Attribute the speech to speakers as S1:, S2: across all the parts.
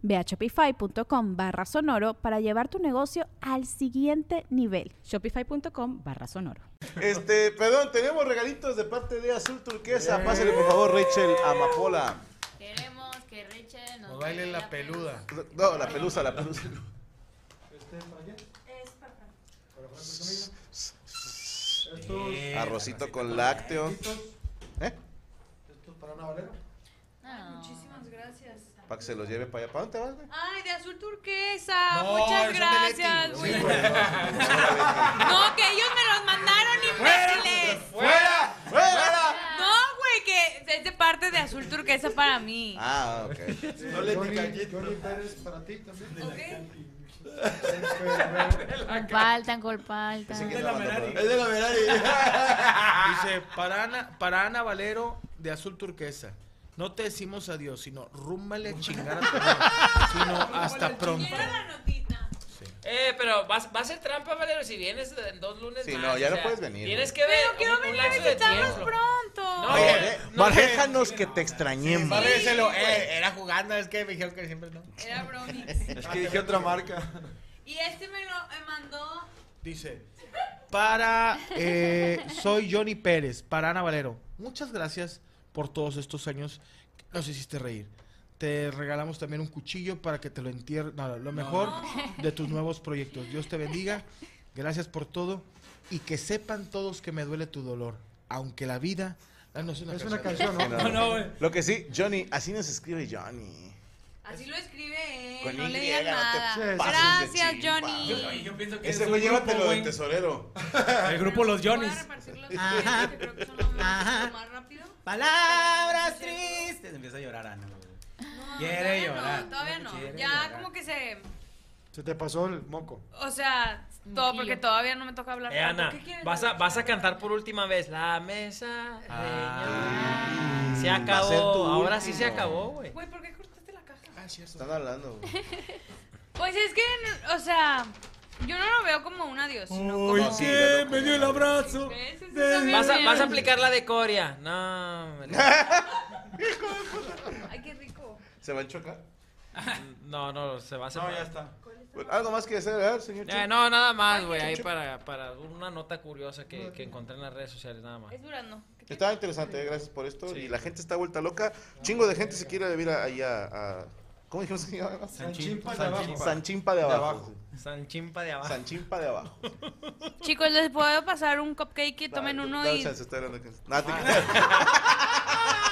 S1: Ve a shopify.com barra sonoro para llevar tu negocio al siguiente nivel.
S2: Shopify.com barra sonoro.
S3: Este, perdón, tenemos regalitos de parte de Azul Turquesa. Pásale por favor, Rachel Amapola.
S4: Queremos que Rachel nos
S5: O baile la peluda.
S3: No, la pelusa, la pelusa. Este, Arrocito con lácteo. ¿Eh?
S5: ¿Esto para una valera?
S4: No.
S6: Muchísimas gracias.
S3: Para que se los lleve para allá. ¿Para dónde te vas, güey?
S6: Ay, de azul turquesa.
S5: No,
S6: Muchas
S5: esos
S6: gracias.
S5: de
S6: güey.
S5: Leti.
S6: No, que ellos me los mandaron imbéciles.
S5: ¡Fuera! ¡Fuera!
S6: No, güey, que es de parte de azul turquesa para mí.
S3: Ah, ok.
S5: No le Johnny, Johnny Pérez para ti también.
S4: Colpaltan, colpaltan.
S3: Pensé que no mandó,
S5: Es
S3: pero-
S5: de la Merari. Dice, para Ana, para Ana Valero de azul turquesa. No te decimos adiós, sino rúmbale a chingar a tu madre, Sino hasta pronto.
S6: Quiero la notita.
S7: Eh, pero va, va a ser trampa, Valero, si vienes en dos lunes
S3: Sí,
S7: más,
S3: no, ya
S7: o
S3: no
S7: sea,
S3: puedes venir,
S7: Tienes
S3: ¿no?
S7: que ver
S6: Pero quiero
S7: un, un
S6: venir a
S7: lapso de
S6: visitarlos
S7: tiempo.
S6: pronto.
S7: No,
S3: Oye,
S7: no,
S3: Déjanos que te extrañemos.
S5: Bájenselo, eh, era jugando, es que me dijeron que siempre no.
S6: Era bromix.
S5: Es que dije otra marca.
S6: Y este me lo me mandó.
S5: Dice, para, eh, soy Johnny Pérez, para Ana Valero. Muchas gracias por todos estos años. Nos hiciste reír. Te regalamos también un cuchillo para que te lo entierres, no, lo mejor de tus nuevos proyectos. Dios te bendiga. Gracias por todo. Y que sepan todos que me duele tu dolor. Aunque la vida... Ah, no, es una canción.
S3: Sí, no. Lo que sí, Johnny, así nos escribe Johnny.
S6: Así lo escribe
S3: Con
S6: él. No
S3: Y,
S6: le digas
S3: no te
S6: nada.
S3: pases de
S6: Gracias,
S3: chimba.
S6: Johnny.
S3: Ese güey llévatelo de tesorero.
S7: Ah,
S8: El grupo Los
S6: Voy a
S8: Johnnys.
S6: repartir los Johnnys, que creo que son los
S8: Ajá.
S6: más rápido.
S8: Palabras tristes. Empieza a llorar Ana. güey.
S6: No,
S8: Quiere
S6: todavía
S8: llorar.
S6: No, todavía no.
S8: Quiere
S6: ya
S8: llorar.
S6: como que se.
S5: Se te pasó el moco.
S6: O sea, todo, porque todavía no me toca hablar.
S7: Eh,
S6: tanto.
S7: Ana,
S6: ¿Qué quieres
S7: vas a,
S6: saber?
S7: vas a cantar por última vez. La mesa.
S8: Ah.
S7: reña. se
S3: Va a ser tu
S7: acabó. Ahora sí se
S3: último.
S7: acabó, güey.
S6: Güey, ¿por qué cortaste la caja?
S3: Ah, Están hablando. güey.
S6: Pues es que, no- o sea, yo no lo veo como un adiós, sino
S8: Hoy
S3: No,
S6: como.
S3: sí,
S8: que
S3: no,
S8: me
S3: no,
S8: dio el
S3: no.
S8: abrazo.
S6: ¿Ves? Eso
S8: de-
S6: está bien.
S7: Vas a, vas a aplicar la de Coria. No, hombre.
S6: Ay, qué rico.
S3: ¿Se va a chocar?
S7: no, no, se va a separar.
S5: está.
S3: Bueno, Algo más que hacer, ¿verdad, señor.
S6: Ah,
S7: Eh, no, nada más, güey. Ahí para, para una nota curiosa que, que encontré en las redes sociales, nada más.
S6: Es durando. ¿Qué te-
S3: Estaba interesante, eh, gracias por esto. Y la gente está vuelta loca. Chingo de gente se quiere vivir a- ahí a, a- ¿Cómo dijimos que se llama?
S5: Sanchimpa de
S7: Sanchimpa.
S5: abajo.
S3: Sanchimpa de
S5: abajo.
S3: abajo.
S7: Sanchimpa de
S3: sí.
S7: abajo.
S3: Sanchimpa de abajo.
S6: Chicos, les puedo pasar un cupcake y tomen
S3: Dale,
S6: uno
S3: dale
S6: y.
S3: chance, estoy hablando que- Nada,
S7: Ah,
S3: te creas.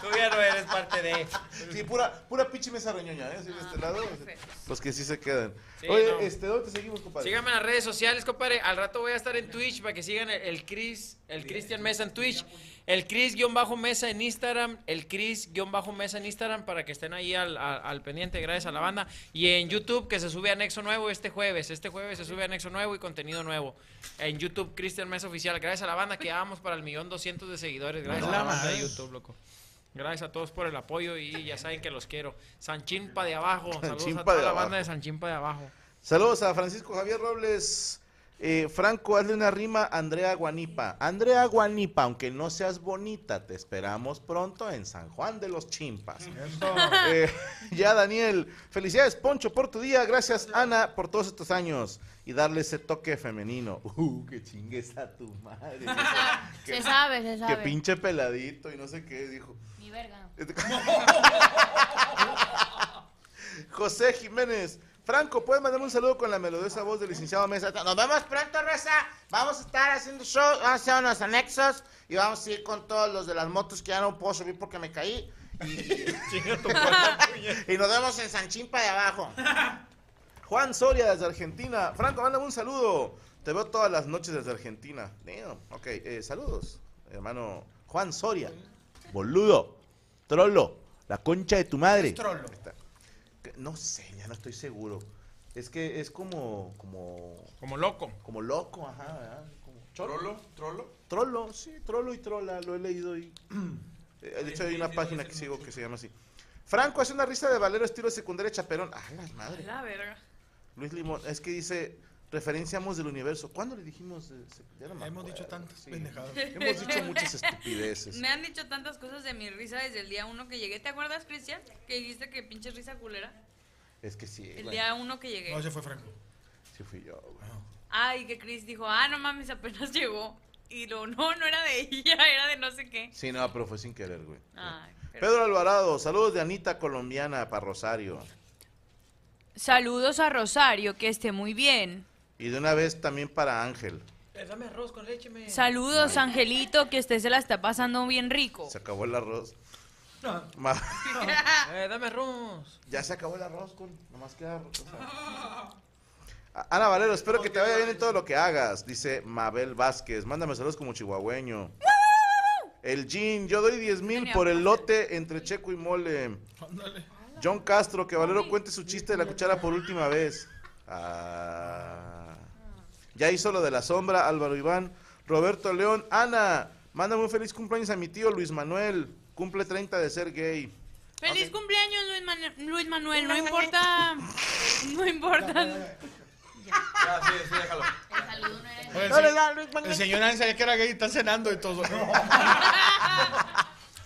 S7: Tú ya no eres parte de.
S3: Sí, pura, pura pinche mesa reñoña, ¿eh? Sí, de este lado.
S6: Ah, perfecto.
S3: Los que sí se quedan.
S7: Sí,
S3: Oye,
S7: no.
S3: este, ¿dónde te seguimos, compadre?
S7: Síganme en las redes sociales, compadre. Al rato voy a estar en Twitch para que sigan el, el Chris, el Cristian Mesa en Twitch, el Chris-Mesa en Instagram, el Chris-Mesa en Instagram para que estén ahí al, al- al pendiente. Gracias a la banda. Y en YouTube que se sube anexo nuevo este jueves. Este jueves se sube anexo nuevo y contenido nuevo. En YouTube, Cristian Mesa Oficial. Gracias a la banda que vamos para el millón doscientos de seguidores. Gracias a la banda de YouTube, loco. Gracias a todos por el apoyo y ya saben que los quiero. Sanchimpa de abajo. Saludos
S3: Sanchimpa
S7: a toda
S3: de
S7: la
S3: abajo.
S7: banda de Sanchimpa de abajo.
S3: Saludos a Francisco Javier Robles. Eh, Franco, hazle una rima a Andrea Guanipa. Andrea Guanipa, aunque no seas bonita, te esperamos pronto en San Juan de los Chimpas. Eh, ya, Daniel. Felicidades, Poncho, por tu día. Gracias, Ana, por todos estos años. Y darle ese toque femenino. Uh, que chingues a tu madre.
S4: Se sabe, se
S3: Que
S4: sabe.
S3: pinche peladito y no sé qué, dijo.
S4: Mi verga.
S3: José Jiménez, Franco, ¿puedes mandarme un saludo con la melodiosa voz del licenciado Mesa? Nos vemos pronto, Reza. Vamos a estar haciendo show, vamos a hacer unos anexos y vamos a ir con todos los de las motos que ya no puedo subir porque me caí. Y nos vemos en Sanchimpa de abajo. Juan Soria desde Argentina. Franco, mándame un saludo. Te veo todas las noches desde Argentina. Damn. Ok, eh, saludos, hermano Juan Soria. Boludo, trolo, la concha de tu madre.
S5: trolo.
S3: Ahí está. Que- No sé, ya no estoy seguro. Es que es como, como,
S7: Como loco.
S3: como loco, ajá, ¿verdad? Como cholo.
S9: Trolo, trolo.
S3: Trollo, sí, trolo y trola, lo he leído y... Eh, De hecho, hay una página que sigo que se llama así. Franco es una risa de Valero estilo secundaria chaperón. ¡Ah, la madre!
S6: La verga.
S3: Luis Limón, es que dice, referenciamos del universo. ¿Cuándo le dijimos? de- se- ya no me
S5: Hemos dicho
S3: acuerdo,
S5: tantas
S3: sí.
S5: pendejadas.
S3: Hemos dicho muchas estupideces.
S6: Me han dicho tantas cosas de mi risa desde el día uno que llegué. ¿Te acuerdas, Cristian? Que dijiste que pinche risa culera.
S3: Es que sí,
S6: El
S3: güey,
S6: día uno que llegué.
S5: No, ese fue Franco.
S3: sí fui yo, güey.
S6: Ay, que Chris dijo, ah, no mames, apenas llegó. Y lo, no, no era de ella, era de no sé qué.
S3: Sí, no, pero fue sin querer, güey.
S6: Ay, pero-
S3: Pedro Alvarado, saludos de Anita Colombiana para Rosario.
S10: Saludos a Rosario, que esté muy bien.
S3: Y de una vez también para Ángel.
S7: Dame arroz con leche, me.
S10: Saludos, Angelito, que usted se la está pasando bien rico.
S3: Se acabó el arroz. Ma-
S7: Eh, dame arroz.
S3: Ya se acabó el arroz, con nomás queda arroz. o sea. A- Ana Valero, espero que te vaya bien en todo lo que hagas, dice Mabel Vázquez. Mándame saludos como chihuahueño. El Jean, yo doy 10 mil por el lote entre Checo y Mole. John Castro, que Valero cuente su chiste de la cuchara por última vez. Ah. Ya hizo lo de la sombra, Álvaro Iván. Roberto León, Ana, mándame un feliz cumpleaños a mi tío Luis Manuel. Cumple 30 de ser gay.
S6: Feliz cumpleaños, Luis, Mane- Luis Manuel. No importa. No importa.
S9: Ya, Ah, sí, sí, déjalo.
S4: El saludo no era
S5: Oye, el,
S3: No le
S5: se-
S3: da, Luis Manuel.
S5: el señor nadie sabía que era gay y está cenando y todo.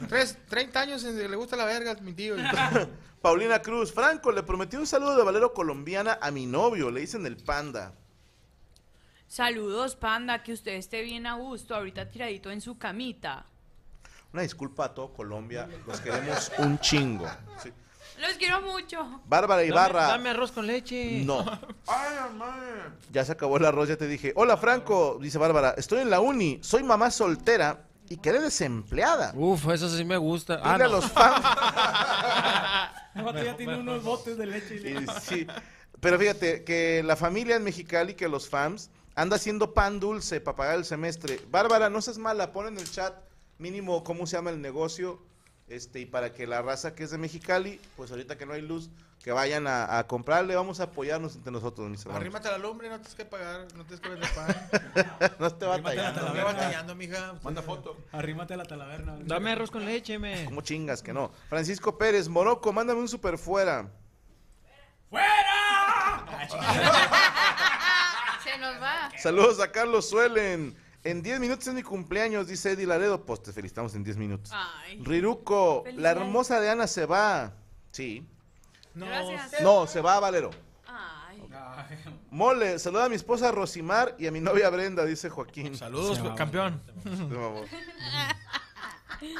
S5: Tres, 30 años en que le gusta la verga, mi tío. y todo.
S3: Paulina Cruz, Franco, le prometí un saludo de Valero Colombiana a mi novio, le dicen el panda.
S10: Saludos, Panda, que usted esté bien a gusto, ahorita tiradito en su camita.
S3: Una disculpa a todo Colombia, los queremos un chingo. Sí.
S6: Los quiero mucho.
S3: Bárbara
S7: Dame,
S3: Ibarra,
S7: dame arroz con leche.
S3: no,
S9: Ay, madre.
S3: ya se acabó el arroz, ya te dije. Hola Franco, dice Bárbara, estoy en la uni, soy mamá soltera y quedé desempleada.
S7: Uf, eso sí me gusta. Ah,
S3: Dile a los fans.
S11: ya tiene unos botes de leche.
S3: Y sí, Pero fíjate, que la familia en Mexicali, que los fans, anda haciendo pan dulce para pagar el semestre. Bárbara, no seas mala, pon en el chat mínimo cómo se llama el negocio. Este, y para que la raza que es de Mexicali, pues ahorita que no hay luz, que vayan a, a comprarle, vamos a apoyarnos entre nosotros, mis hermanos.
S5: Arrímate a la lumbre, no tienes que pagar, no tienes que vender pan.
S3: No esté batallando.
S5: No
S9: la
S5: me
S9: verga.
S5: batallando, mija.
S9: Manda foto.
S11: Arrímate a la talaverna.
S7: Dame arroz con leche, me.
S3: ¿Cómo chingas que no? Francisco Pérez, Morocco, mándame un super fuera.
S4: Se nos va.
S3: Saludos a Carlos Suelen. En 10 minutos es mi cumpleaños, dice Eddie Laredo. Pues te felicitamos en 10 minutos.
S6: Ay.
S3: Riruco, la
S6: Felicidades.
S3: hermosa de Ana se va. Sí.
S5: No,
S6: Gracias.
S3: No, se va Valero.
S6: Ay.
S3: Mole, saluda a mi esposa Rosimar y a mi novia Brenda, dice Joaquín.
S5: Saludos, campeón.
S3: Se mamó.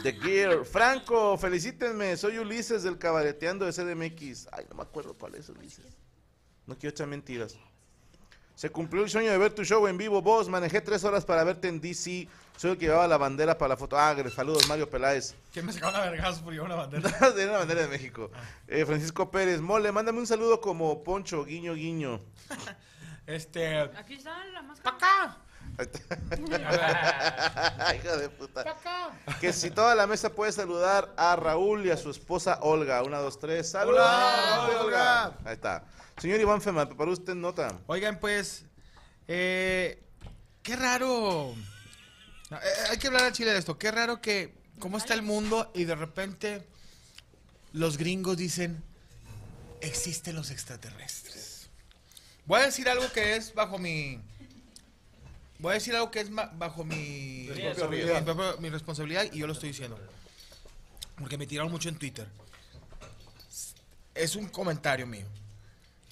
S3: The Gear. Franco, felicítenme. Soy Ulises del Cabareteando de CDMX. Ay, no me acuerdo cuál es Ulises. No quiero echar mentiras. Se cumplió el sueño de ver tu show en vivo. Vos, manejé tres horas para verte en DC. Soy el que llevaba la bandera para la foto. Ah, saludos, Mario Peláez.
S5: Que me sacaron a vergas por llevar una bandera.
S3: de la bandera de México. Eh, Francisco Pérez, mole, mándame un saludo como Poncho, guiño, guiño.
S5: Este.
S6: Aquí está la máscara.
S3: Hija de puta. Que si toda la mesa puede saludar a Raúl y a su esposa Olga. Una, dos, tres. ¡Saludos!
S5: Hola, Olga.
S3: Ahí está. Señor Iván Fema, ¿preparó usted nota?
S5: Oigan, pues, eh, qué raro. No, eh, hay que hablar al chile de esto. Qué raro que, ¿cómo está el mundo? Y de repente los gringos dicen, existen los extraterrestres. Voy a decir algo que es bajo mi... Voy a decir algo que es ma- bajo mi, mi propio- mi responsabilidad y yo lo estoy diciendo. Porque me tiraron mucho en Twitter. Es un comentario mío.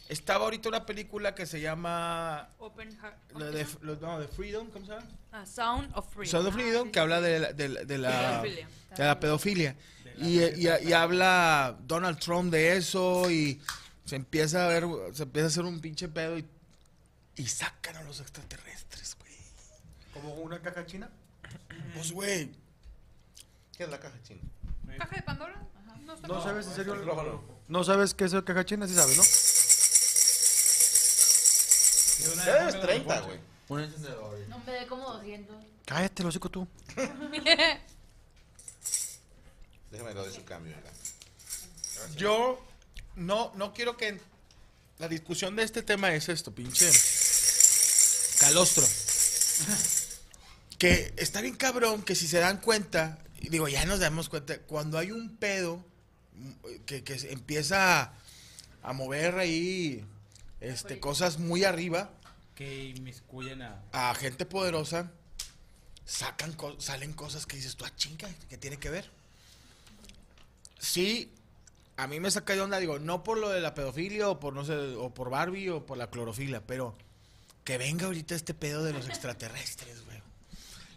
S5: Estaba ahorita una película que se llama
S6: Open heart.
S5: lo de, lo- no, de Freedom, ¿cómo se llama?
S6: Ah, Sound of Freedom.
S5: Sound of Freedom, que habla de la, de la- de la- eh,
S6: Pedofilia.
S5: de la pedofilia. Y, y- y habla Donald Trump de eso y se empieza a ver, se empieza a hacer un pinche pedo y, y sacan a los extraterrestres, güey.
S9: ¿Como una caja china?
S5: Pues, güey.
S3: ¿Qué es la caja china?
S6: ¿Caja de Pandora? Ajá. está
S9: No
S6: mal.
S9: sabes, en serio.
S3: Micrófono.
S9: No sabes qué es el caja china, sí sabes, ¿no?
S3: Ya debes 30, güey.
S9: Un encendedor.
S4: No me dé como 200.
S9: Cállate, lo hocico tú.
S3: Déjame doy su cambio, oiga.
S5: Yo no, no quiero que. La discusión de este tema es esto, pinche. Calostro. Que está bien cabrón que si se dan cuenta, y digo, ya nos damos cuenta, cuando hay un pedo mm, que, que se empieza a, a mover ahí este, cosas muy arriba
S8: Que inmiscuyen a.
S5: a gente poderosa, sacan co- salen cosas que dices tú, ah, chinga, ¿qué tiene que ver? Sí, a mí me saca de onda, digo, no por lo de la pedofilia o por, no sé, o por Barbie o por la clorofila, pero que venga ahorita este pedo de los extraterrestres, güey.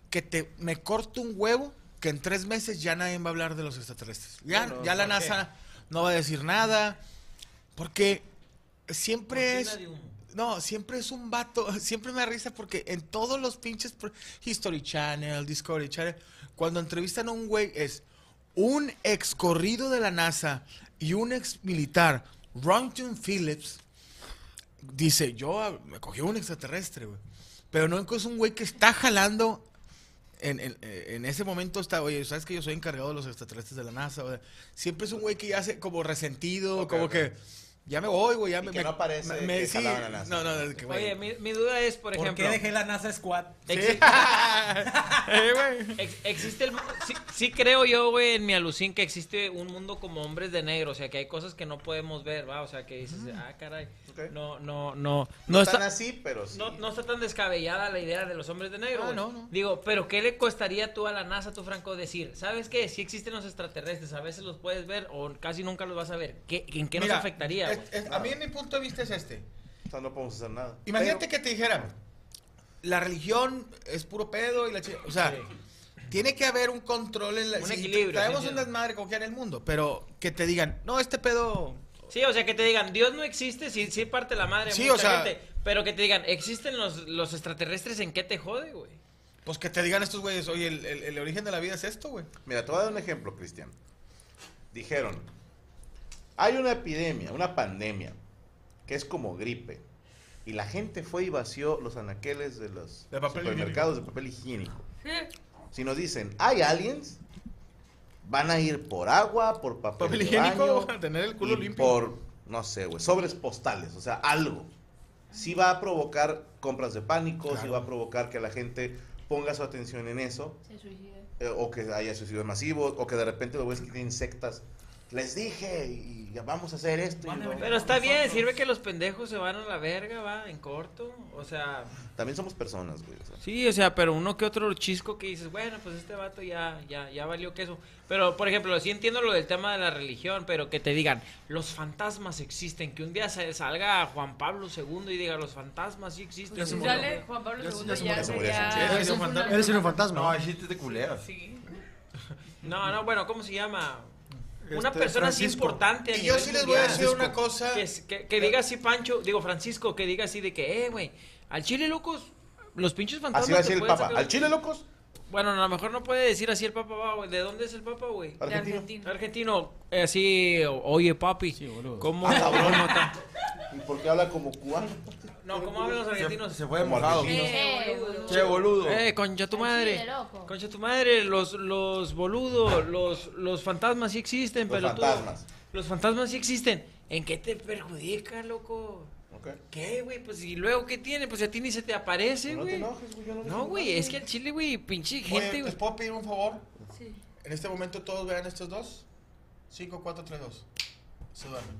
S5: Que te, me corto un huevo que en tres meses ya nadie va a hablar de los extraterrestres. Ya,
S8: Pero,
S5: ya la
S8: ¿por qué?
S5: NASA no va a decir nada, porque siempre es...
S8: Cortina de humo.
S5: No, siempre es un vato. Siempre me da risa porque en todos los pinches pro- History Channel, Discovery Channel, cuando entrevistan a un güey es un ex corrido de la NASA y un ex militar, Ronton Phillips, dice, yo ah, me cogió un extraterrestre, güey. Pero no es un güey que está jalando en, en- en ese momento está, oye, ¿sabes que yo soy encargado de los extraterrestres de la NASA? O sea, siempre es un güey que ya hace como resentido, como que ya me voy, güey, ya me...
S3: que
S5: me-
S3: no aparece que
S5: sí,
S3: jalaban a NASA.
S5: No, no, es que, güey.
S7: Oye, mi, mi duda es, por,
S8: ¿Por
S7: ejemplo.
S8: qué dejé la NASA Squad?
S7: Exi- Eh, Ex- existe el mu- sí, sí creo yo, güey, en mi alucín que existe un mundo como hombres de negro, o sea, que hay cosas que no podemos ver, va, o sea, que dices, ah, caray. No, no, no.
S3: No,
S7: No
S3: están
S7: está,
S3: así, pero sí.
S7: no, no está tan descabellada la idea de los hombres de negro.
S5: Ah,
S7: güey.
S5: no, no.
S7: Digo, pero ¿qué le costaría tú a la NASA, tú Franco, decir, ¿sabes qué? Si existen los extraterrestres, a veces los puedes ver o casi nunca los vas a ver. ¿Qué, ¿En qué
S5: Mira,
S7: nos afectaría?
S5: es-
S7: güey?
S5: es- a mí mi punto de vista es este.
S3: O sea, no podemos hacer nada.
S5: Imagínate que te dijeran, la religión es puro pedo y la chi- O sea, tiene que haber un control en la...
S7: Un
S5: si
S7: equilibrio,
S5: Traemos
S7: sí,
S5: un
S7: sí.
S5: desmadre como quiera en el mundo, pero que te digan, no, este pedo...
S7: Sí, o sea, que te digan, Dios no existe, sí, sí parte la madre. a
S5: Sí,
S7: mucha
S5: o sea-
S7: gente, pero que te digan, ¿existen los, los extraterrestres? ¿En qué te jode, güey?
S5: Pues que te digan estos güeyes, oye, el, el- el origen de la vida es esto, güey.
S3: Mira, te voy a dar un ejemplo, Cristian. Dijeron, hay una epidemia, una pandemia, que es como gripe. Y la gente fue y vació los anaqueles de los
S5: De papel
S3: supermercados de papel higiénico. Si nos dicen, hay aliens, van a ir por agua, por papel,
S5: Papel
S3: de
S5: higiénico,
S3: baño,
S5: tener el culo
S3: y
S5: limpio.
S3: por, no sé, güey, sobres postales, o sea, algo. Sí va a provocar compras de pánico, sí
S5: Claro.
S3: va a provocar que la gente ponga su atención en eso
S4: Se suicida.
S3: eh, o que haya suicidios masivos, o que de repente los güeyes que tienen sectas, les dije, y ya vamos a hacer esto. y
S8: Van a
S3: lo-
S8: venir.
S7: Pero está bien,
S8: Nosotros.
S7: sirve que los pendejos se van a la verga, va, en corto. O sea,
S3: También somos personas, güey. o sea.
S7: sí, o sea, pero uno que otro chisco que dices, bueno, pues este vato ya, ya, ya valió queso. Pero, por ejemplo, sí entiendo lo del tema de la religión, pero que te digan, los fantasmas existen. Que un día se- salga Juan Pablo II y diga, los fantasmas sí existen.
S5: Ya se
S7: ¿no?
S5: murió.
S6: Dale, Juan Pablo
S9: Ya se-
S6: II
S9: ya
S6: ya,
S9: se murió,
S3: se murió,
S6: sería-
S3: sí.
S6: es
S5: Eres un fantasma.
S9: Eres un fantasma.
S11: No, hay chistes de culeras.
S6: Sí.
S7: No, no, bueno, ¿cómo se llama? Una
S9: Este,
S7: persona así
S9: Francisco.
S7: importante. a
S5: Y yo
S7: nivel
S5: sí les voy a
S7: mundial.
S5: decir una cosa...
S7: Que, es- que- que diga así Pancho, digo Francisco, que diga así de que, eh, güey, al chile locos, los pinches fantasmas.
S3: Así va a
S7: que
S3: decir el
S7: pueden
S3: Papa.
S7: sacar-
S3: ¿Al Chile, locos?
S7: Bueno, a lo mejor no puede decir así el Papa, va, güey. ¿De dónde es el Papa, güey?
S6: De
S3: Argentino.
S6: Argentina.
S7: Argentino, eh, así, o- oye papi, ¿cómo,
S3: Ah, cabrón.
S7: cómo está?
S3: ¿Y por qué habla como cubano?
S7: No, ¿cómo hablan los
S9: Se,
S7: argentinos?
S9: se fue
S3: Como
S9: mojado.
S3: argentinos.
S4: Eh, boludo.
S9: Che, boludo.
S7: Eh, concha tu
S4: Al
S7: madre.
S4: chile, loco.
S7: Concha tu madre, los, los boludos, los, los fantasmas sí existen,
S3: Los
S7: pelotudo.
S3: fantasmas.
S7: Los fantasmas sí existen. ¿En qué te perjudica, loco?
S3: Ok.
S7: ¿Qué, güey? Pues y luego qué tiene, pues a ti ni se te
S3: Pues,
S7: aparece,
S3: No te
S7: güey.
S3: enojes, güey. yo no dije
S7: No,
S3: nada,
S7: güey, es que al chile, güey, pinche gente,
S5: Oye,
S7: güey.
S5: ¿les puedo pedir un favor?
S6: Sí.
S5: En este momento todos vean estos dos. 5, 4, 3, 2. Se duermen.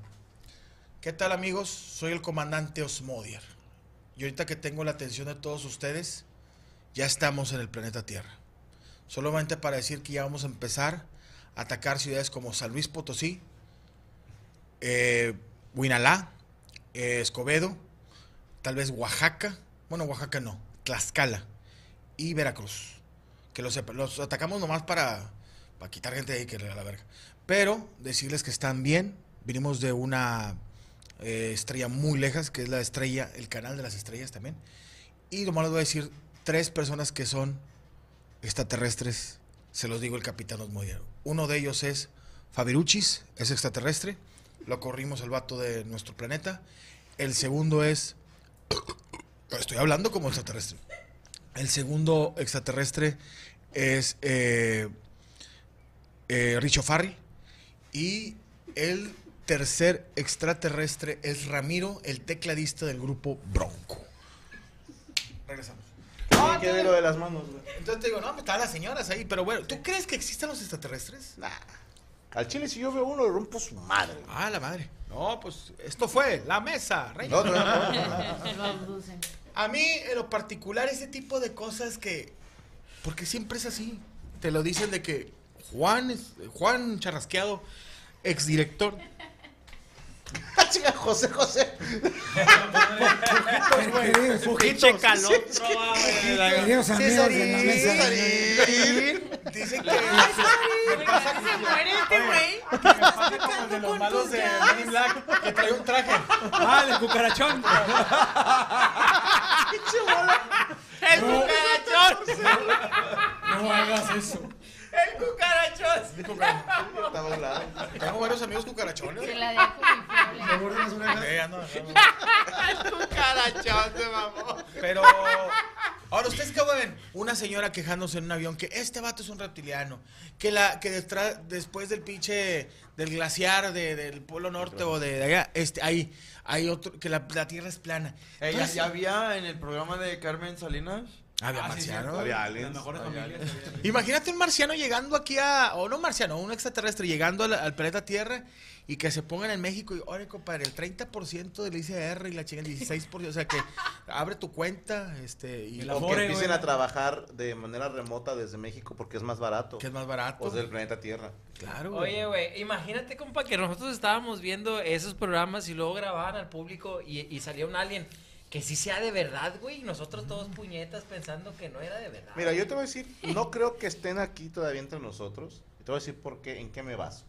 S5: ¿Qué tal amigos? Soy el comandante Osmodier. Y ahorita que tengo la atención de todos ustedes, ya estamos en el planeta Tierra. Solamente para decir que ya vamos a empezar a atacar ciudades como San Luis Potosí, eh, Huinalá, eh, Escobedo, tal vez Oaxaca, bueno Oaxaca no, Tlaxcala y Veracruz. Que los, sepa- los atacamos nomás para, para quitar gente de ahí que a la verga. Pero decirles que están bien. Vinimos de una eh, estrella muy lejas, que es la estrella, el canal de las estrellas también. Y nomás les voy a decir tres personas que son extraterrestres, se los digo el capitán Osmodia. Uno de ellos es Fabiruchis, es extraterrestre, lo corrimos al vato de nuestro planeta. El segundo es... Estoy hablando como extraterrestre. El segundo extraterrestre es eh, eh, Richo Farri. Y el tercer extraterrestre es Ramiro, el tecladista del grupo Bronco. Regresamos.
S3: Hay que ver lo de las manos, güey.
S5: Entonces te digo, no, pues, estaban las señoras ahí, pero bueno, ¿tú crees que existan los extraterrestres?
S3: Nah. Al chile, si yo veo uno, le rompo su madre.
S5: Ah, la madre. No, pues esto fue la mesa, rey.
S3: No, no, no, no,
S6: Lo abducen.
S5: A mí, en lo particular, ese tipo de cosas que. Porque siempre es así. Te lo dicen de que Juan, es- Juan Charrasqueado, exdirector.
S3: Chinga, José José.
S7: Pinche calor. trova, güey, la-
S11: Queridos amigos de la mesa.
S5: Dicen
S6: Se muere este güey.
S11: Como de los malos de Men in Black que trae un traje. Ah, el cucarachón.
S3: Pinche bola.
S7: ¡El cucarachón!
S11: No hagas eso.
S7: ¡El cucarachón!
S3: Está volado.
S5: Tengo varios amigos cucarachones.
S4: Se la dejo inflable.
S9: Me muerden las orejas.
S5: Eh, ando- ando-
S7: ¡El cucarachón se mamó!
S5: Pero. Ahora, ¿ustedes qué ven? Una señora quejándose en un avión que este vato es un reptiliano. Que la que detrás- después del pinche. del glaciar de- del Polo Norte o de, de allá, este, hay, hay otro. que la, la tierra es plana.
S12: Eh, ya,
S5: Entonces-
S12: ya había en el programa de Carmen Salinas.
S5: Había
S9: Ah, sí,
S5: marcianos.
S9: cierto.
S3: Había
S9: Las
S3: aliens.
S9: mejores
S12: Había
S9: familias.
S12: aliens.
S9: había aliens.
S5: Imagínate un marciano llegando aquí a. O no un marciano, un extraterrestre llegando al, al planeta Tierra y que se pongan en México y, oye, compadre, el 30% del ICR y la chinga el 16%. O sea que abre tu cuenta este, y.
S11: El
S3: O
S11: Amore,
S3: que empiecen
S11: güey.
S3: a trabajar de manera remota desde México porque es más barato.
S5: Que es más barato.
S3: O del planeta Tierra.
S5: Claro. güey.
S7: Oye, güey, imagínate, compa, que nosotros estábamos viendo esos programas y luego grababan al público y, y salía un alien que sí sea de verdad, güey, y nosotros todos puñetas pensando que no era de verdad.
S3: Mm. Mira, yo te voy a decir, no creo que estén aquí todavía entre nosotros. Y te voy a decir por qué, en qué me baso.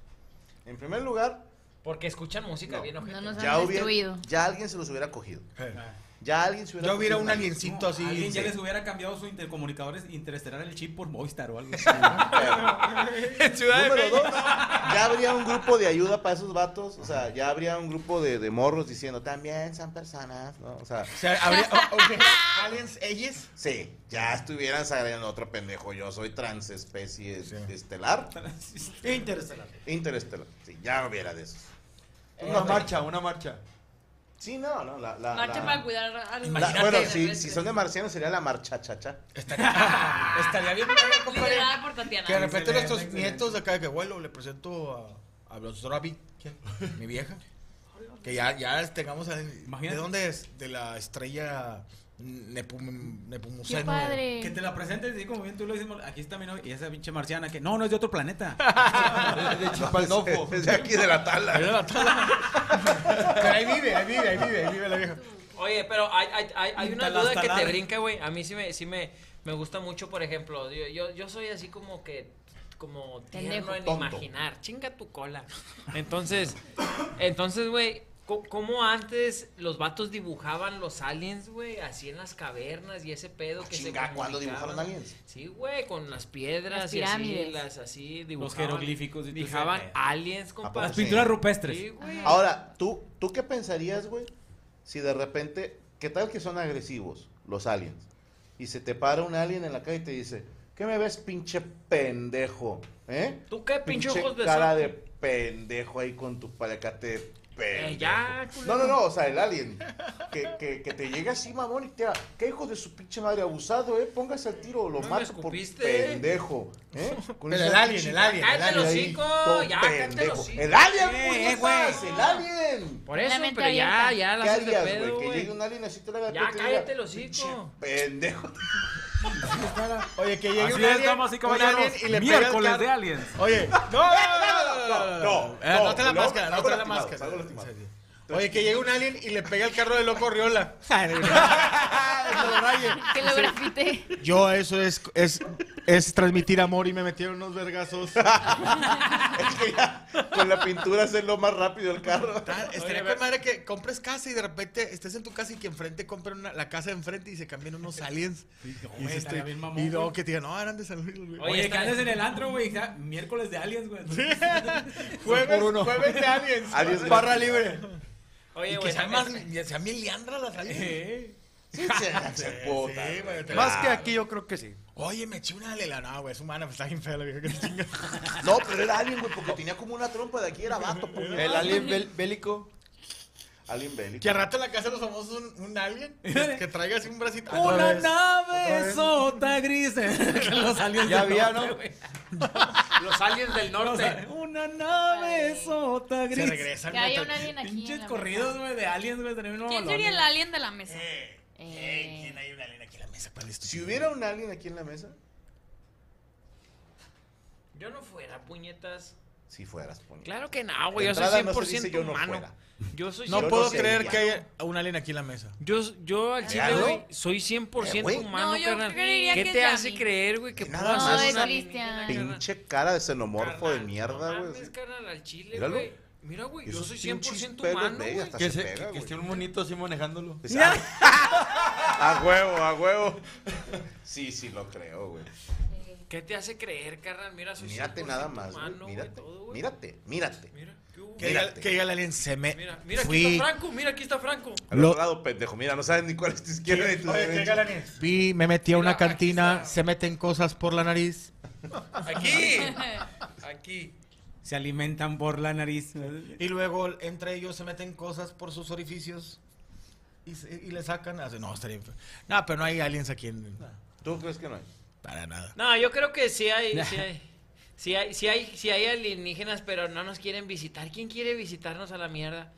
S3: En primer lugar,
S7: Porque escuchan música
S3: No.
S7: bien ojete.
S4: No nos han
S3: ya, hubiera-
S4: destruido.
S3: ya alguien se los hubiera cogido.
S5: Eh,
S3: Ya alguien se hubiera
S5: Ya hubiera
S3: cogido
S5: un aliencito así.
S11: ah. Alguien ya
S5: sí.
S11: les hubiera cambiado su intercomunicador interestelar el chip por Movistar o algo así.
S7: En Ciudad de
S3: Número
S7: México.
S3: dos, ya habría un grupo de ayuda para esos vatos. O sea, ya habría un grupo de, de morros diciendo, también son personas, ¿no? O sea,
S5: O sea, habría- o- ok, aliens, ellas.
S3: sí, ya estuvieran saliendo otro pendejo. Yo soy transespecie
S5: Sí.
S3: estelar,
S9: Interestelar.
S3: interestelar. Sí, ya hubiera de esos.
S12: Una marcha, una marcha.
S3: Sí, no, no, la... la-
S6: Marcha
S3: la-
S6: para cuidar a los
S3: la-
S7: Imagínate,
S3: bueno, si,
S6: extraterrestres.
S3: si son de marcianos sería la marcha chacha.
S5: Estaría bien, padre, compadre,
S6: Liderada por
S5: Que de
S6: Tatiana.
S5: repente
S11: Excelente,
S5: nuestros
S11: excelente.
S5: nietos de acá de que abuelo le presento a, a los Drabi, mi vieja. Que ya, ya tengamos. a-
S11: Imagínate.
S5: ¿De dónde es? De la estrella Nepum,
S4: ¡Qué
S5: Nepomuceno.
S4: padre!
S11: Que te la presentes y como bien tú lo dices, aquí está mi novia y esa pinche marciana que no, no es de otro planeta.
S12: De Chipalnofo.
S3: Es de aquí de la tala.
S5: Pero ahí vive, ahí vive, ahí vive, ahí vive la vieja.
S7: Oye, pero hay, hay, hay, hay una
S11: Talas,
S7: duda que te
S11: talar.
S7: brinca, güey. A mí sí me, sí me, me gusta mucho, por ejemplo. Yo, yo, yo soy así como que como tierno
S4: Pendejo.
S7: en
S3: Tonto.
S7: imaginar. Chinga tu cola. Entonces, entonces, güey, co- ¿cómo antes los vatos dibujaban los aliens, güey? Así en las cavernas y ese pedo que
S3: Ah, Chinga,
S7: se
S3: ¿cuándo
S7: comunicaban?
S3: dibujaron aliens?
S7: Sí, güey, con las piedras
S4: Las
S7: y así,
S4: pirámides.
S7: las así dibujaban.
S11: Los jeroglíficos y todo ese
S7: Dibujaban
S11: pedo.
S7: aliens,
S3: Las
S7: compadre.
S11: Las pinturas
S3: Sí.
S11: rupestres.
S7: Sí, güey.
S3: Ahora, ¿tú, ¿tú qué pensarías, güey? Si de repente, ¿qué tal que son agresivos los aliens? Y se te para un alien en la calle y te dice, ¿qué me ves, pinche pendejo? ¿Eh?
S7: ¿Tú qué pinche ojos de
S3: cara
S7: sapo?
S3: de pendejo ahí con tu palacate de pendejo.
S7: Eh, ya, culero.
S3: No, no, no, o sea, el alien. Que, que, que te llega así, mamón, y te va, ¿qué hijo de su pinche madre abusado, eh? Póngase al tiro, lo
S7: No me
S3: mato por
S7: escupiste, eh.
S3: pendejo. ¿eh? Con
S5: Pero
S3: esa
S5: el alien,
S3: pinche
S5: el alien, el
S7: Cállate
S5: alien.
S7: los
S3: ahí,
S7: hocico,
S3: todo
S7: ya, cállate los
S3: pendejo.
S7: hocico.
S3: ¡El alien,
S11: Eh,
S3: güey!
S11: eh,
S3: puñetas,
S11: güey.
S3: ¡El alien!
S7: Por eso,
S4: La mente
S7: pero ya,
S4: abierta.
S7: ya la
S3: ¿Qué
S7: haces de
S3: harías,
S7: pedo,
S3: güey? Que
S7: güey.
S3: llegue un alien así te la haga
S7: Ya,
S3: tú y te
S7: cállate el
S3: diga,
S7: hocico.
S3: "Pinche Pendejo.
S5: Oye, que llegue
S11: Así
S5: un
S11: es,
S5: alien,
S11: damas y
S5: un alien
S11: caballeros,
S5: y le pega el
S11: miércoles
S5: carro.
S11: de aliens.
S5: Oye, no, no, no, no,
S3: no,
S5: Eh,
S3: no,
S5: date la
S3: no,
S5: máscara,
S3: salgo
S5: date la
S3: lastimado,
S5: máscara.
S3: salgo lastimado.
S5: Oye, que llegue un alien y le pega el carro de loco Riola.
S10: Que lo grafite.
S5: Yo eso es, es, es transmitir amor y me metieron unos vergazos.
S3: Con la pintura hacerlo más rápido el carro.
S11: Estaría con madre que compres casa y de repente estés en tu casa y que enfrente compren una- la casa de enfrente y se cambien unos aliens. y,
S9: güey,
S11: dices,
S9: estaría
S11: este,
S9: bien mamón,
S11: y luego
S9: güey.
S11: que te digan, no, eran de San Luis, güey.
S9: Oye, que andas en el antro, güey. ya, Miércoles de aliens, güey.
S11: Jueves- jueves de aliens. Aliens. Barra libre.
S7: Oye,
S11: y que
S7: güey,
S11: sean,
S7: también-
S11: más, y sean bien liandras las aliens.
S3: Sí,
S11: Sí,
S3: puta,
S11: sí, güey, te-
S12: Más que aquí, yo creo que sí.
S11: Oye, me eché una lela. No, güey, es humana, pues está bien fea la vieja que te chinga.
S3: No, pero era alien, güey, porque tenía como una trompa de aquí, era vato, puño.
S12: El alien bel- bélico.
S3: Alien bélico.
S11: Que al rato en la casa de los famosos un, un alien que, que traiga así un bracito. Ah,
S9: Una
S11: Otra vez. Otra
S9: nave
S11: vez.
S9: sota gris. que los aliens
S11: Ya
S9: del
S11: había,
S9: norte,
S11: ¿no?
S9: güey.
S7: Los aliens del norte.
S9: Una nave sota gris.
S11: regresan,
S6: Que haya un alien aquí. en
S9: Pinches
S6: la
S9: corridos,
S6: mesa.
S9: güey, de aliens, güey. estarían bien
S6: ¿Quién
S9: mamalones.
S6: sería el alien de la mesa?
S11: Eh, ¿Quién hay un alien aquí en la mesa? ¿Cuál es tu
S3: Si hubiera un alien aquí en la mesa,
S7: Yo no fuera, puñetas.
S3: si fueras, puño.
S7: Claro que no, güey. Yo soy
S3: Entrada no
S7: 100%
S3: se dice yo no
S7: humano.
S3: fuera.
S7: yo soy
S11: No
S7: 100%
S11: puedo
S7: humano.
S11: creer que haya un alien aquí en la mesa.
S7: Yo, yo al chile,
S11: ¿Claro?
S7: güey, soy 100%
S3: Eh, güey.
S7: humano,
S6: No, yo
S7: carnal.
S6: creería
S7: ¿Qué
S6: que
S7: te
S6: es
S7: hace
S6: Yami.
S7: creer, güey, que
S3: Nada
S7: puedas
S3: más.
S7: hacer
S6: No,
S7: una
S6: es Cristian.
S3: Pinche cara de xenomorfo de mierda, güey.
S7: mames, carnal, al chile,
S3: Míralo.
S7: güey. Mira, güey, yo
S3: Esos
S7: soy
S3: pinches
S7: 100%
S3: pelos,
S7: humano,
S3: güey,
S7: güey.
S3: hasta
S12: Que,
S3: se
S12: se-
S3: pega,
S12: que
S3: güey.
S12: esté un monito así manejándolo.
S3: Pues, ah, A huevo, a huevo. Sí, sí, lo creo, güey.
S7: ¿Qué te hace creer, carnal? Mira, soy
S3: Mírate
S7: 100%
S3: nada más, güey.
S7: humano, güey,
S3: Mírate,
S7: todo, güey.
S3: mírate, mírate.
S7: Mira, ¿qué hubo?
S11: Que diga,
S3: Mírate.
S11: que diga el alien se me.
S7: Mira, mira, aquí
S11: fui,
S7: está Franco, mira, aquí está Franco.
S3: Al otro lado, pendejo, mira, no sabes ni cuál es tu izquierda ni tu derecha.
S5: Vi, me metí a
S7: Mira,
S5: una
S7: aquí
S5: cantina,
S7: está.
S5: se meten cosas por la nariz.
S7: Aquí,
S6: Eh.
S7: aquí.
S9: Se alimentan por la nariz.
S5: Y luego entre ellos se meten cosas por sus orificios y, se- y le sacan. así, no, estaría bien feo. No, pero no hay aliens aquí en.
S3: ¿Tú crees que no hay?
S5: Para nada.
S7: No, yo creo que sí hay, sí hay. Sí hay, sí hay, sí hay alienígenas, pero no nos quieren visitar. ¿Quién quiere visitarnos a la mierda?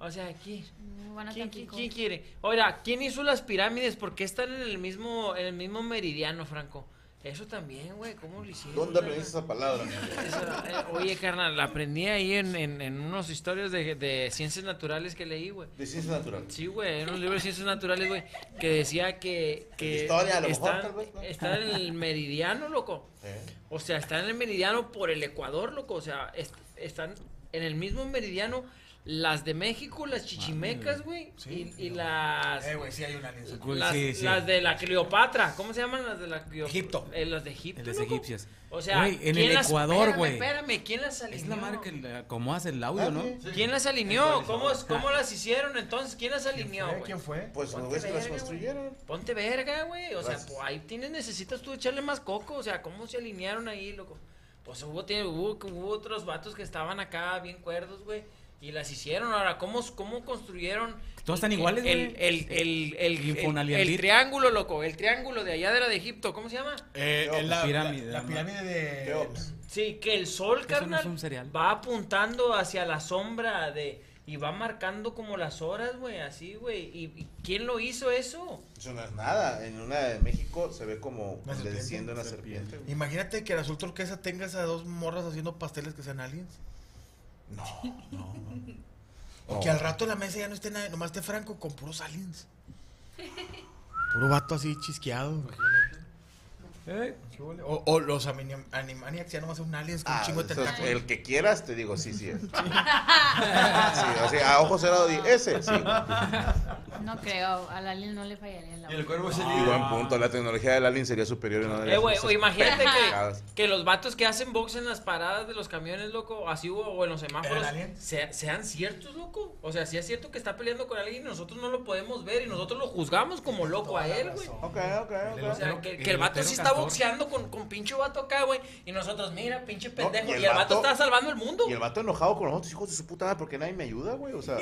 S7: O sea, aquí.
S6: No van a
S7: ¿Quién, quién-
S6: Tampico.
S7: quién quiere? Oiga, ¿quién hizo las pirámides? ¿Por qué están en el mismo, en el mismo meridiano, Franco? Eso también, güey, ¿cómo lo hicieron?
S3: ¿Dónde
S7: güey?
S3: aprendiste esa palabra?
S7: Eso, eh, oye, carnal, la aprendí ahí en, en, en unos historias de, de ciencias naturales que leí, güey.
S3: De ciencia natural.
S7: Sí, güey, en un libro de ciencias naturales, güey, que decía que, que
S3: Historia, a lo mejor,
S7: está,
S3: tal vez, ¿no?
S7: está en el meridiano, loco.
S3: ¿Eh?
S7: O sea, está en el meridiano por el Ecuador, loco. O sea, es- están en el mismo meridiano las de México, las chichimecas, güey, y, y las...
S11: Eh, güey, sí hay un alien.
S9: Güey,
S7: Las,
S9: sí, sí.
S7: las de la Cleopatra, ¿cómo se llaman las de la Cleopatra?
S11: Egipto.
S7: las de Egipto.
S9: Las
S7: loco.
S9: egipcias.
S7: O sea,
S9: Güey, en
S7: ¿quién
S9: el
S7: las-
S9: Ecuador,
S7: espérame,
S9: güey.
S7: Espérame, ¿quién las alineó?
S9: Es la marca que le acomodas el audio, ¿no?
S7: ¿Quién las alineó? ¿Cómo, ¿Cómo las hicieron entonces? ¿Quién las alineó? güey?
S5: fue?
S3: Pues no
S7: Ponte
S3: ves que las
S7: verga, güey.
S3: construyeron.
S7: Ponte verga, güey. O sea,
S3: Gracias.
S7: pues, ahí tienes, necesitas tú echarle más coco. O sea, ¿cómo se alinearon ahí, loco? Pues hubo, tie- hubo, hubo otros vatos que estaban acá bien cuerdos, güey. Y las hicieron. Ahora, ¿cómo, cómo construyeron?
S9: Todas están iguales, güey.
S7: el, el, el, el, el,
S9: Infonaliandit.
S7: el triángulo, loco. El triángulo de allá de la de Egipto. ¿Cómo se llama?
S11: Eh, es la,
S9: Pirámide,
S11: la- la
S9: ¿no?
S11: pirámide de.
S3: Keops.
S7: Sí, que el sol,
S9: Eso no
S7: carnal,
S9: es un cereal.
S7: va apuntando hacia la sombra de... Y va marcando como las horas, güey, así, güey. ¿Y, y quién lo hizo eso?
S3: Eso no es nada. En una de México se ve como
S11: Una serpiente.
S3: desciende una serpiente. güey.
S5: Imagínate que el azul turquesa tengas a dos morras haciendo pasteles que sean aliens.
S3: No, no, no.
S5: O
S3: No.
S5: que al rato en la mesa ya no esté nadie, nomás esté Franco con puros aliens. Puro vato así chisqueado.
S9: Eh,
S5: O, o los Amini- Animaniacs ya nomás son aliens con
S3: Ah,
S5: un chingo de
S3: eso-
S5: tentáculos.
S3: el que quieras, te digo, sí, sí es. Sí, o sea, a ojo cerrado, di, ese, sí.
S6: No creo, al alien no le fallaría la
S12: Y el
S6: voz.
S12: cuervo es el
S3: Y buen punto, la tecnología del alien sería superior en una de
S7: Eh,
S3: las
S7: güey,
S3: cosas
S7: o imagínate
S3: pecadas.
S7: que, que los vatos que hacen box en las paradas de los camiones, loco, así o, o en los semáforos,
S11: ¿Eran aliens?
S7: sea- sean ciertos, loco. O sea, si es cierto que está peleando con alguien y nosotros no lo podemos ver y nosotros lo juzgamos como loco a él, güey.
S3: Ok, ok,
S7: O
S3: ok.
S7: sea, que, que el vato sí está boxeando con, con pinche vato acá, güey. Y nosotros, mira, pinche pendejo.
S3: y
S7: y,
S3: el
S7: el
S3: vato-
S7: vato, está salvando el mundo.
S3: Y el vato enojado con los otros hijos de su puta madre porque nadie me ayuda, güey. O sea,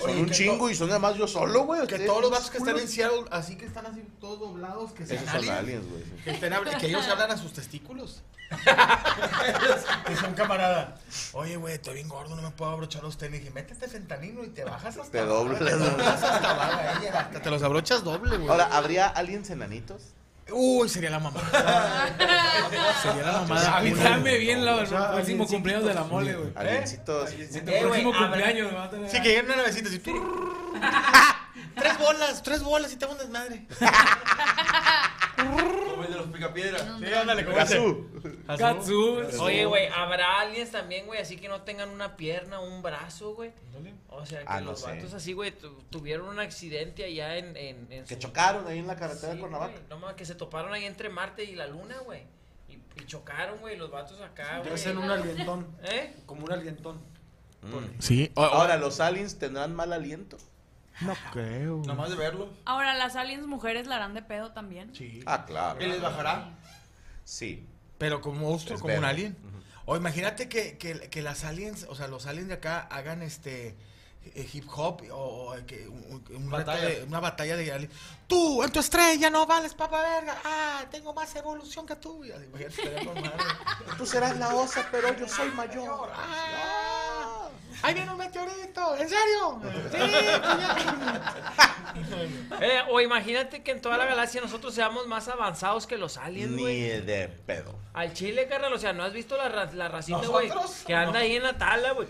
S3: son un chingo y son además yo solo, güey.
S5: Que
S3: Ustedes
S5: todos los
S3: son
S5: vatos que están en
S3: culos.
S5: Seattle, así que están así todos doblados, que sean
S3: Esos son
S5: aliens.
S3: aliens, güey. sí.
S5: Que, estén habl- que ellos hablan a sus testículos. que son camaradas. Oye, güey, estoy bien gordo, no me puedo abrochar los tenis. Y métete fentanilo y te bajas hasta
S3: Te
S5: abajo,
S3: doblas.
S5: Te doblas hasta abajo, eh, hasta te los abrochas doble, güey.
S3: Ahora, ¿habría aliens enanitos?
S5: Uy, sería la mamá. sería la mamada.
S9: Avísame bien la- el
S5: sea,
S9: próximo
S5: aliencitos.
S9: cumpleaños de la mole, güey.
S3: Aliencitos.
S9: El
S7: Eh, güey,
S9: próximo
S7: habrá-
S9: cumpleaños, me va a tener-
S5: Sí, que lleguen una navecita así. ¡Tres,
S9: tres bolas, tres bolas y te hago un desmadre.
S13: Como el de los picapiedras.
S9: Sí, ándale, como ese. Gazú. Gazú. Gazú.
S7: Oye, güey, habrá aliens también, güey, así que no tengan una pierna, un brazo, güey. O sea, que
S3: Ah, no
S7: los
S3: sé.
S7: vatos así, güey, tu- tuvieron un accidente allá en. en- en
S3: Que
S7: su-
S3: chocaron ahí en la carretera de
S7: güey,
S3: Cuernavaca.
S7: No mames, que se toparon ahí entre Marte y la Luna, güey. Y, y chocaron, güey, los vatos acá, güey.
S11: Debe ser un alientón.
S7: ¿Eh?
S11: Como un alientón.
S5: Sí.
S3: Ahora, ¿los aliens tendrán mal aliento?
S5: No creo.
S13: Nomás de verlo.
S1: Ahora, las aliens mujeres la harán de pedo también.
S5: Sí.
S3: Ah, claro.
S13: ¿Y les bajará?
S3: Sí.
S9: Pero como monstruo,
S3: Es
S9: como un
S3: verde.
S9: alien. O imagínate que, que- que las aliens, o sea, los aliens de acá hagan este eh, hip hop o, o que un- un- un reto
S13: Batalla.
S9: de- una batalla de aliens. Tú, en tu estrella no vales papa verga. Ah, tengo más evolución que tú. Y así, imagínate, estaría con madre.
S3: Tú serás la osa, pero yo soy mayor.
S9: Ah, ahí viene un meteorito. ¿En serio? Sí,
S7: Eh, o imagínate que en toda la galaxia nosotros seamos más avanzados que los aliens,
S3: Ni
S7: güey.
S3: de pedo.
S7: Al chile, carnal, o sea, ¿no has visto la, ra- la racita, güey?
S3: ¿Nosotros?
S7: Que anda
S3: No.
S7: ahí en la tala, güey.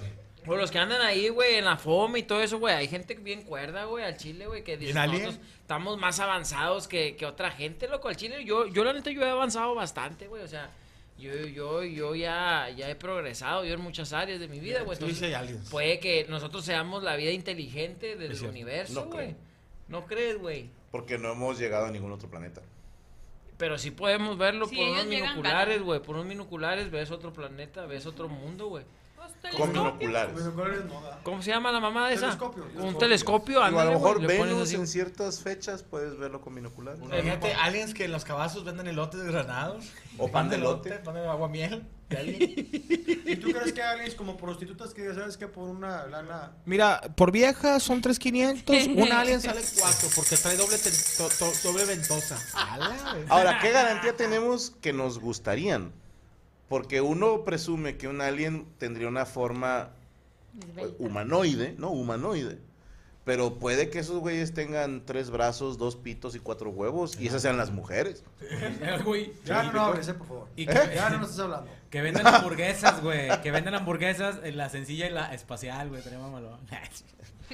S7: O los que andan ahí, güey, en la FOM y todo eso, güey. Hay gente bien cuerda, güey, al chile, güey, que dice
S9: ¿Bien alien?
S7: nosotros estamos más avanzados que, que otra gente, loco. Al chile, yo, yo la neta, yo he avanzado bastante, güey. O sea, yo, yo, yo ya, ya he progresado, yo en muchas áreas de mi vida, güey.
S9: Tú dices
S7: Entonces,
S9: aliens.
S5: Pues,
S7: Puede que nosotros seamos la vida inteligente del
S9: Es cierto.
S7: universo,
S3: No creo.
S7: güey. ¿No crees, güey?
S3: Porque no hemos llegado a ningún otro planeta.
S7: Pero sí podemos verlo
S1: Si
S7: por
S1: ellos
S7: unos
S1: llegan,
S7: binoculares,
S1: ganan.
S7: güey. Por unos binoculares ves otro planeta, ves otro mundo, güey.
S3: Con binoculares.
S7: ¿Cómo se llama la mamá de esa?
S3: Telescopio.
S7: Un telescopio,
S3: Digo,
S7: ándale,
S3: a lo
S7: güey,
S3: mejor
S7: le pones
S3: Venus
S7: así.
S3: en ciertas fechas puedes verlo con binoculares.
S9: Imagínate aliens que en los cabazos venden elotes granados.
S3: O pan de elote.
S9: Pan de agua miel. de alguien.
S11: ¿Y tú crees que aliens como prostitutas que ya sabes que por una lana...
S9: Mira, por vieja son 3.500, un alien sale 4 porque trae doble, ten- to- to- doble ventosa.
S5: Ah.
S3: Ahora, ¿qué garantía tenemos que nos gustarían? Porque uno presume que un alien tendría una forma pues, humanoide, ¿no? Humanoide. Pero puede que esos güeyes tengan tres brazos, dos pitos y cuatro huevos, y esas sean las mujeres.
S14: Güey.
S11: Ya no, no hables, eh, por favor.
S14: Y que-
S11: Ya no nos estás hablando.
S14: Que vendan hamburguesas, güey. Que vendan hamburguesas, eh, la sencilla y la espacial, güey. Tenemos malo.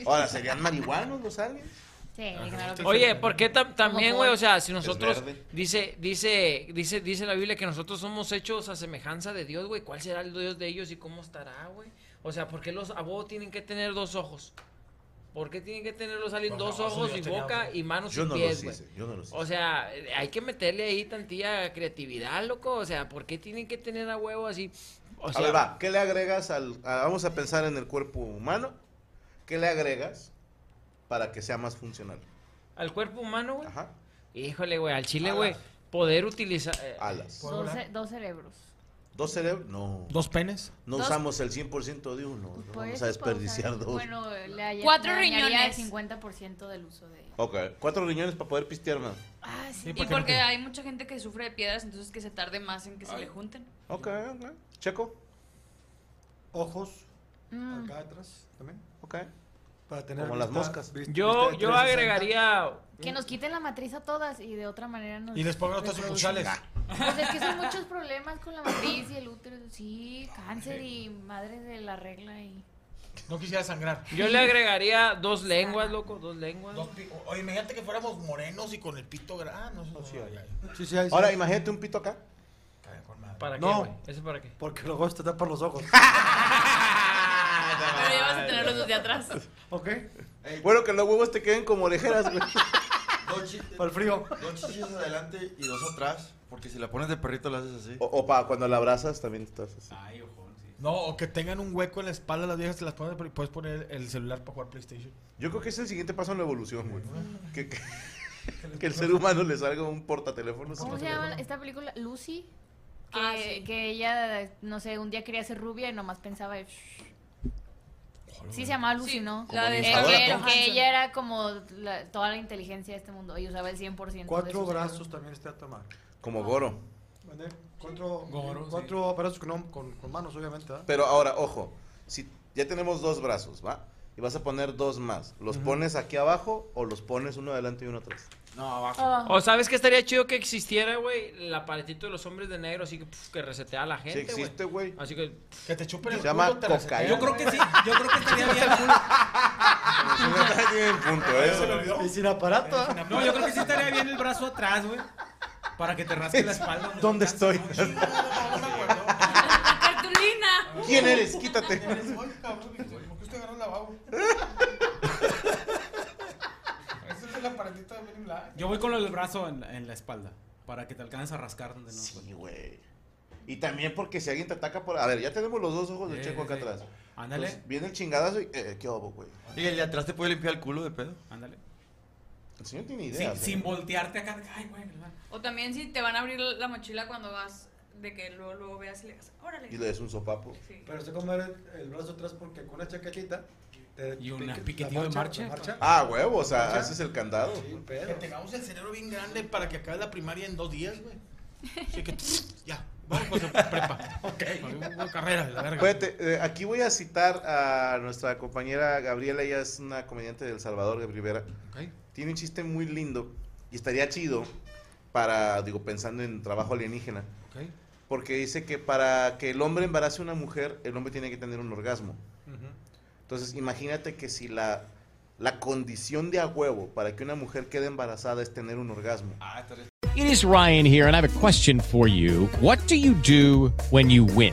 S3: Ahora, ¿serían marihuanos los aliens?
S6: Sí,
S14: claro que
S7: Oye, ¿por qué tam- también,
S6: Ojo,
S7: güey?
S6: por-
S7: O sea, si nosotros
S3: Es verde.
S7: dice, dice, dice, dice la Biblia que nosotros somos hechos a semejanza de Dios, güey. ¿Cuál será el Dios de ellos y cómo estará, güey? O sea, ¿por qué los abogados tienen que tener dos ojos? ¿Por qué tienen que tener los aliens
S3: Por
S7: dos
S3: favor,
S7: ojos
S3: eso
S7: y
S3: yo tenía,
S7: boca
S3: güey.
S7: y manos
S3: Yo
S7: y
S3: no
S7: pies,
S3: los
S7: güey?
S3: hice, yo no los hice.
S7: O sea, eh, hay que meterle ahí tantía creatividad, loco. O sea, ¿por qué tienen que tener a huevo así? O sea,
S3: a ver, va, ¿qué le agregas al... a- vamos a pensar en el cuerpo humano. ¿Qué le agregas para que sea más funcional?
S7: al cuerpo humano, güey.
S3: Ajá.
S7: Híjole, güey, al
S3: Ah.
S7: chile, güey. Poder utilizar. eh,
S3: Alas.
S6: Dos, ce- dos cerebros.
S3: ¿Dos cerebros? No.
S9: ¿Dos penes?
S3: No
S6: Dos- Pues,
S3: usamos el 100% de uno. no
S6: Por
S3: vamos
S6: eso
S3: a desperdiciar
S6: puedo usar-
S3: dos.
S6: Bueno, le haya-
S1: Cuatro
S6: le dañaría
S1: riñones.
S6: El 50% del uso de.
S3: Ok, cuatro riñones para poder pistear más.
S6: Ah,
S3: sí.
S1: Y porque hay mucha gente que sufre de piedras, entonces que se tarde más en que se le junten.
S3: Ok, ok. Checo.
S11: Ojos. Acá atrás también.
S3: Ok.
S11: Para tener
S3: Como las
S11: vista-
S3: moscas.
S11: vista-
S7: Yo,
S11: vista de
S7: yo
S11: 360.
S7: agregaría.
S6: Que nos quiten la matriz a todas y de otra manera nos.
S9: Y les pongan otras
S6: reproducen.
S9: sucursales.
S6: Pues es que son muchos problemas con la matriz y el útero. Sí, cáncer y madres de la regla y.
S9: No quisiera sangrar.
S7: Yo le agregaría dos lenguas, loco, dos lenguas.
S9: Dos pi- Oye, imagínate que fuéramos morenos y con el pito grande. No, no, no, ya, ya.
S11: Sí, sí, ahí sí.
S3: Ahora, imagínate un pito acá.
S7: ¿Para qué,
S11: No.
S7: güey? ¿Eso para qué?
S11: Porque luego te tapan los ojos.
S1: Pero ya vas a tener los dos de atrás.
S11: ¿Ok?
S3: Bueno, que los huevos te queden como orejeras, güey.
S11: Para el frío.
S13: Dos chichis adelante y dos atrás. Porque si la pones de perrito la haces así.
S3: O, o para cuando la abrazas también estás así.
S9: No, o que tengan un hueco en la espalda las viejas, te las pones, pero puedes poner el celular para jugar PlayStation.
S3: Yo creo que es el siguiente paso en la evolución, güey. Que, que- que el ser humano le salga un portateléfono.
S6: ¿Cómo se llama esta película? Lucy. Que,
S1: Ah, sí.
S6: que ella, no sé, un día quería ser rubia y nomás pensaba. "Shh". Sí, se llamaba Lucy, ¿no?
S1: la de
S6: Eh,
S1: Scarlett
S6: que, era-
S1: Johansson.
S6: que ella era como la- toda la inteligencia de este mundo y usaba el 100%. de
S11: Cuatro
S6: sus-
S11: brazos también está a tomar.
S3: Como Goro.
S11: ¿Vale? Cuatro,
S14: Goro,
S11: cuatro brazos con, con- con manos, obviamente. ¿ah?
S3: Pero ahora, ojo, si ya tenemos dos brazos, ¿va? Y vas a poner dos más. ¿Los pones aquí abajo o los pones uno adelante y uno atrás?
S11: No, abajo.
S6: Oh.
S7: O sabes que estaría chido que existiera, güey, el aparatito de los hombres de negro, así que, pf, que resetea a la gente, güey.
S3: existe, güey.
S7: Así que,
S9: Que te chupen el
S3: Se llama
S9: culo, te resetea,
S3: cocaína.
S14: Yo
S9: güey.
S14: creo que sí. Yo creo que estaría bien.
S12: tiene un punto, ¿eh?
S8: Y sin aparato. ¿ah?
S9: No, yo creo que sí estaría bien el brazo atrás, güey. Para que te rasque la espalda. güey.
S3: ¿Dónde estoy?
S6: Cartulina.
S3: ¿Quién eres? Quítate.
S8: ¿Por qué usted agarró el lavabo? Ese es el aparatito de Men in Black.
S9: Yo voy con lo del brazo en, en la espalda. Para que te alcances a rascar donde no.
S3: Sí, güey. Y también porque si alguien te ataca por... A ver, ya tenemos los dos ojos del
S9: Sí,
S3: checo
S9: sí,
S3: acá
S9: sí.
S3: atrás.
S9: Ándale.
S3: Entonces, viene el chingadazo y... eh, ¿Qué obo, güey?
S12: ¿Y el de atrás te puede limpiar el culo de pedo?
S9: Ándale.
S3: El señor tiene
S9: Sin-
S3: pues, ideas.
S9: sin,
S3: ¿eh?
S9: voltearte acá. Ay, güey, ¿verdad?
S6: O también si te van a abrir la mochila cuando vas, de que luego, luego veas y le digas, órale.
S3: Y le des un sopapo.
S8: Pero estoy como el, el brazo atrás porque con una chaquetita. Te,
S9: Y una
S8: te- la
S9: piquetito de marcha.
S8: la
S3: Ah, huevo, o sea,
S8: Marcha.
S3: haces el
S12: Ah,
S3: candado.
S8: Sí,
S5: Que
S8: pero.
S5: tengamos el cerebro bien grande para que acabe la primaria en dos días, güey. Así que, ya, vamos con su prepa. Ok. Carrera, la verga.
S3: Fíjate, eh, aquí voy a citar a nuestra compañera Gabriela, ella es una comediante de El Salvador, de Rivera.
S5: Ok.
S3: Tiene un chiste muy lindo y estaría chido para, digo, pensando en trabajo alienígena.
S5: Ok.
S3: Porque dice que para que el hombre embarace a una mujer, el hombre tiene que tener un orgasmo. Entonces, imagínate que si la, la condición de a huevo para que una mujer quede embarazada es tener un orgasmo.
S15: It is Ryan here, and I have a question for you. What do you do when you win?